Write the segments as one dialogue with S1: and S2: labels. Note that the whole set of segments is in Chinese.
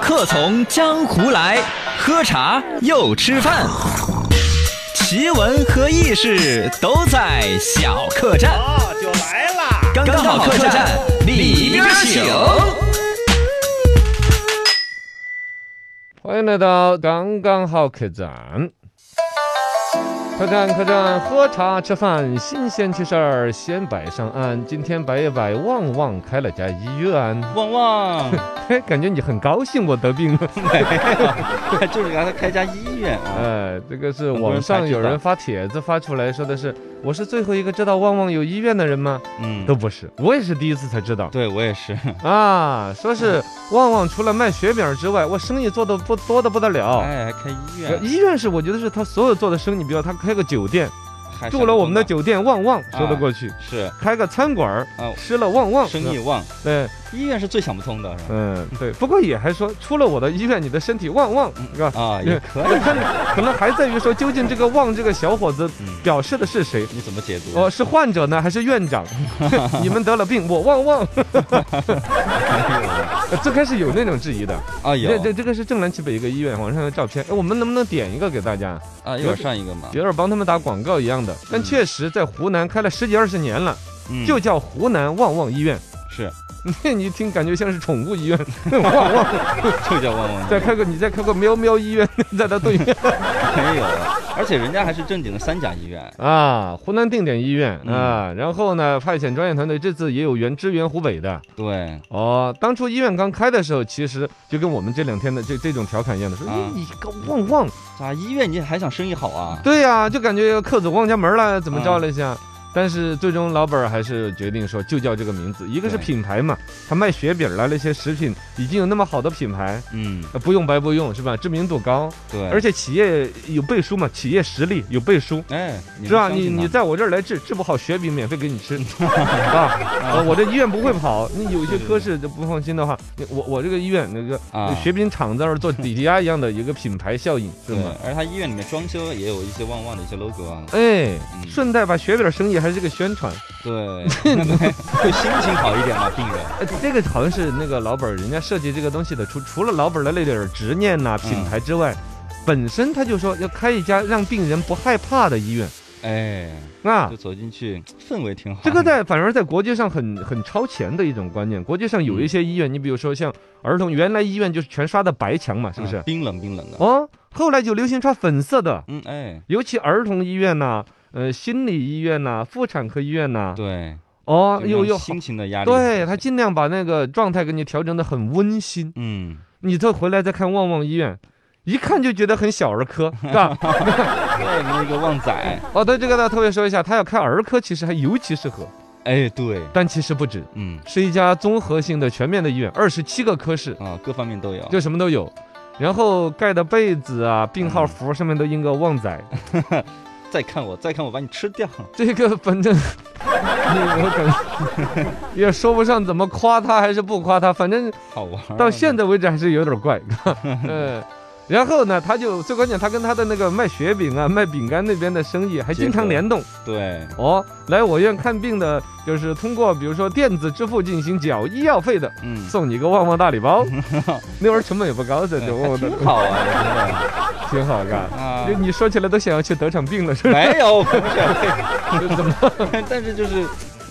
S1: 客从江湖来，喝茶又吃饭，奇闻和异事都在小客栈。
S2: 哦，就来啦！
S1: 刚刚好客栈，里边请。
S2: 欢迎来到刚刚好客栈。客栈客栈，喝茶吃饭，新鲜趣事儿先摆上岸。今天摆一摆，旺旺开了家医院。
S3: 旺旺，
S2: 嘿，感觉你很高兴我得病了。
S3: 就是让他开家医院啊。
S2: 哎，这个
S3: 很多
S2: 是
S3: 人
S2: 网上
S3: 才知
S2: 有人
S3: 道
S2: 发帖子发出来说的是，我是最后一个知道旺旺有医院的人吗？
S3: 嗯
S2: 都，不是，我也是第一次才知道。
S3: 对我也是。
S2: 啊，说是旺旺除了卖雪饼之外，我生意做的不多的不得了。
S3: 哎，还开医
S2: 呃
S3: 院，
S2: 医院是我觉得是他所有做的生意，比如他开个酒店，
S3: 还
S2: 住了我们的
S3: 上
S2: 酒店旺旺说
S3: 啊
S2: 得过去，
S3: 是
S2: 开个餐馆儿
S3: 啊
S2: 吃了旺旺
S3: 生意，旺，
S2: 对，
S3: 医院是最想不通的，是吧？
S2: 嗯 对，不过也还说出了我的医院，你的身体旺旺是吧？
S3: 啊，也可以。
S2: 看，可能还在于说究竟这个旺这个小伙子
S3: 嗯，
S2: 表示的是谁。
S3: 你怎么解读？
S2: 哦，是患者呢，还是 院长？你们得了病，我旺旺。呃最开始有那种质疑的，
S3: 啊，
S2: 这
S3: 有
S2: 这这个是正南旗北一个医院网上的照片，哎，我们能不能点一个给大家，
S3: 啊，一会儿上一个嘛。
S2: 有点帮他们打广告一样的？但
S3: 嗯
S2: 确实在湖南开了十几二十年了，
S3: 嗯
S2: 就叫湖南旺旺医院。
S3: 是
S2: 你一听感觉像是宠物医院， 旺旺。
S3: 就叫旺旺，
S2: 再开个你再开个喵喵医院， 在它对面
S3: 没有啊，而且人家还是正经的三甲医院。
S2: 啊，湖南定点医院
S3: 嗯
S2: 啊。然后呢，派遣专业团队这次也有援支援湖北的。
S3: 对，
S2: 哦，当初医院刚开的时候，其实就跟我们这两天的这这种调侃一样的，说、
S3: 啊
S2: 你个旺旺，
S3: 咋啊医院你还想生意好啊？
S2: 对呀、就感觉客走旺家门了，怎么着了一下。但是最终老板儿还是决定说就叫这个名字，一个是
S3: 对
S2: 品牌嘛，他卖雪饼儿了那些食品已经有那么好的品牌，
S3: 嗯，
S2: 呃不用白不用是吧？知名度高，
S3: 对。
S2: 而且企业有背书嘛，企业实力有背书，
S3: 哎，你
S2: 是吧？
S3: 们相
S2: 你
S3: 信
S2: 你
S3: 他
S2: 在我这儿来治，治不好雪饼免费给 你吃啊！呃我这医院不会跑，你有些科室就不放心的话，你我我这个医院那个
S3: 啊
S2: 雪饼厂在那儿做抵抵押一样的一个品牌效应，是
S3: 对
S2: 吗？，
S3: 而他医院里面装修也有一些旺旺的一些 logo 啊。
S2: 哎，
S3: 嗯
S2: 顺带把雪饼生意还是个宣传，
S3: 对，会心情好一点嘛，病人。
S2: 哎，这个好像是那个老板儿人家设计这个东西的，除除了老板儿的那点儿执念
S3: 嗯
S2: 呐、品牌之外，本身他就说要开一家让病人不害怕的医院
S3: 哎，
S2: 啊
S3: 就。走进去，氛围挺好。
S2: 这个在反而在国际上很很超前的一种观念。国际上
S3: 嗯
S2: 有一些医院，你比如说像儿童，原来医院就是全刷的白墙嘛，是不
S3: 啊
S2: 是？
S3: 冰冷冰冷的。
S2: 哦，后来就流行刷粉色的，
S3: 嗯，哎，
S2: 尤其儿童医院呐、呃，心理医院呐、妇产科医院呐、
S3: 对，
S2: 哦，
S3: 就
S2: 又
S3: 让
S2: 又好
S3: 心情的压力。
S2: 对他，尽量把那个状态给你调整的很温馨。
S3: 嗯，
S2: 你再回来再看旺旺医院。一看就觉得很小儿科，是 吧？
S3: 对，那个旺仔，
S2: 哦，对这个呢，特别说一下，他要开儿科，其实还尤其适合，
S3: 哎，对，
S2: 但其实不止，
S3: 嗯，
S2: 是一家综合性的、全面的医院，二十七个科室，
S3: 啊，各方面都有。
S2: 就什么都有。然后盖的被子啊、病号服上面都印个旺仔，
S3: 再看我，再看我，把你吃掉。
S2: 这个反正我感觉也说不上怎么夸他还是不夸他，反正
S3: 好玩儿啊。
S2: 到现在为止还是有点怪。嗯，然后呢，他就最关键，他跟他的那个卖雪饼啊、卖饼干那边的生意还经常联动
S3: 对，
S2: 哦。来我院看病的，就是通过比如说电子支付进行缴医药费的，
S3: 嗯，
S2: 送你一个旺旺大礼 包，那玩意儿成本也不高，这
S3: 哎
S2: 就旺
S3: 还
S2: 旺大礼
S3: 挺
S2: 包
S3: 好啊，真的
S2: 挺好的。
S3: 啊
S2: 就。你说起来都想要去得场病了，是吧？
S3: 没有，不是，
S2: 怎么？
S3: 但是就是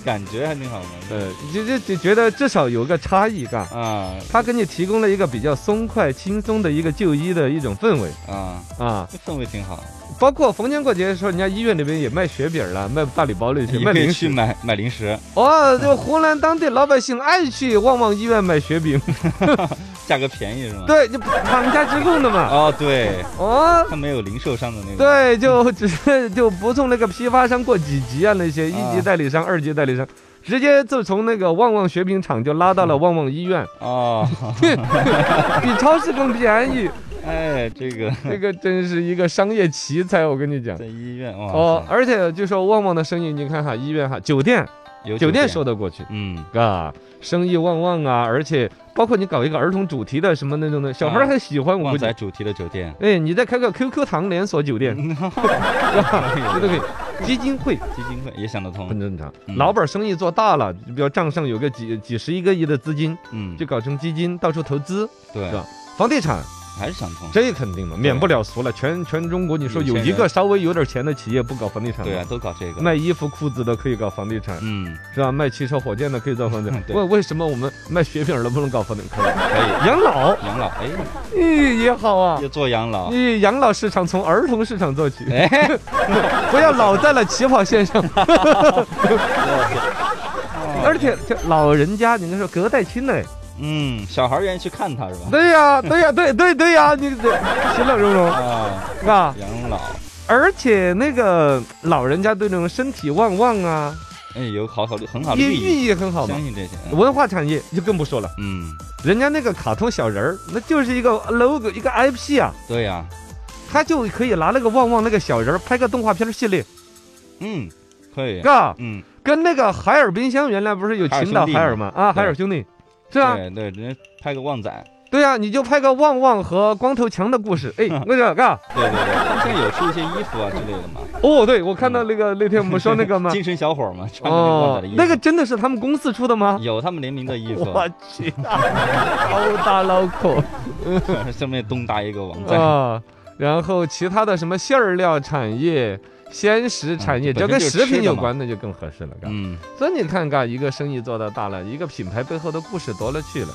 S3: 感觉还挺好嘛。
S2: 呃，就就就觉得至少有个差异感。
S3: 啊
S2: 他给你提供了一个比较松快、轻松的一个就医的一种氛围
S3: 啊，
S2: 啊，
S3: 这氛围挺好。
S2: 包括逢年过节的时候，人家医院里边也卖雪饼了，卖大礼包那些，
S3: 你
S2: 卖
S3: 可以
S2: 零
S3: 去
S2: 食。
S3: 买买零食，
S2: 哦，这湖南当地老百姓爱去旺旺医院买雪饼，
S3: 价格便宜是吗？。
S2: 对，就厂家直供的嘛。
S3: 哦，对，
S2: 哦，
S3: 它没有零售商的那个。
S2: 对，就直接就不从那个批发商过几级啊，那些一级代理商、二级代理商，直接就从那个旺旺雪饼厂就拉到
S3: 嗯
S2: 了旺旺医 院。
S3: 哦，
S2: 比超市更 便宜，
S3: 哎，这个
S2: 这个真是一个商业奇才，我跟你讲
S3: 在。医院哇塞，
S2: 哦，而且就说旺旺的生意，你看哈，医院哈，酒店，
S3: 有
S2: 酒店
S3: 店
S2: 说，得过去，
S3: 嗯，
S2: 啊，生意旺旺啊，而且包括你搞一个儿童主题的什么那种的，小孩儿
S3: 啊
S2: 很喜欢，我估
S3: 旺
S2: 计
S3: 仔。主题的酒店，
S2: 哎，你再开个 QQ 糖连锁酒店，
S3: 可以
S2: 这都可以。
S3: 基金会，基金会也想得通
S2: 很。正常。
S3: 嗯
S2: 老板生意做大了，比如账上有个几几十一个亿的资金，
S3: 嗯，
S2: 就搞成基金到处投资，
S3: 对
S2: 是，吧？房地产
S3: 还是想通。
S2: 这肯定嘛，免不了俗了。全全中国，你说
S3: 有
S2: 有
S3: 钱
S2: 一个
S3: 人
S2: 稍微有点钱的企业不搞房地产吗？
S3: 对啊，都搞这个。
S2: 卖衣服、裤子的可以搞房地产，
S3: 嗯，。
S2: 是吧？卖汽车、火箭的可以造房地产
S3: 对
S2: 为为什么我们卖雪饼的不能搞房地 产？
S3: 可以。
S2: 养老，
S3: 养老，哎，
S2: 咦，也好啊。
S3: 要做养老，
S2: 你养老市场从儿童市场做起，
S3: 哎，
S2: 不要老在了起跑线上。而且这老人家，你看说隔代亲呢？
S3: 嗯，小孩儿愿意去看他是吧？
S2: 对呀、对呀、对对对呀、你这其乐融融
S3: 啊，
S2: 啊！
S3: 养老，
S2: 而且那个老人家对那种身体旺旺啊，
S3: 哎，有好好的很好的
S2: 也
S3: 寓意，
S2: 寓意很好嘛
S3: 相。信这些。嗯
S2: 文化产业就更不说了，
S3: 嗯，
S2: 人家那个卡通小人儿，那就是一个 logo 一个 IP 啊，
S3: 对呀，
S2: 他就可以拿那个旺旺那个小人儿拍个动画片儿系列，
S3: 嗯，可以。
S2: 嘎，
S3: 嗯，
S2: 跟那个海尔冰箱原来不是有群岛海尔吗？啊，海
S3: 海
S2: 尔
S3: 尔
S2: 兄弟，是啊，
S3: 对对，人家拍个旺仔，
S2: 对啊，你就拍个旺旺和光头强的故事， 哎，那个嘎，
S3: 对对对，他们现在有出一些衣服啊之类的嘛。
S2: 哦，对我看到那个那天我们说那个吗？
S3: 精神小伙儿嘛，穿的那个旺
S2: 哦
S3: 仔的衣，服。
S2: 那个真的是他们公司出的吗？
S3: 有他们联名的衣服，啊
S2: 我 去，好大脑壳
S3: 上面东搭一个网站，
S2: 啊！然后其他的什么馅料产业、鲜食产
S3: 嗯
S2: 业，只
S3: 本身
S2: 要跟
S3: 就是
S2: 食品
S3: 吃的
S2: 有
S3: 嘛
S2: 关的就更合适了。嘎
S3: 嗯。
S2: 所以你看，嘎，一个生意做到大了，一个品牌背后的故事多了去了。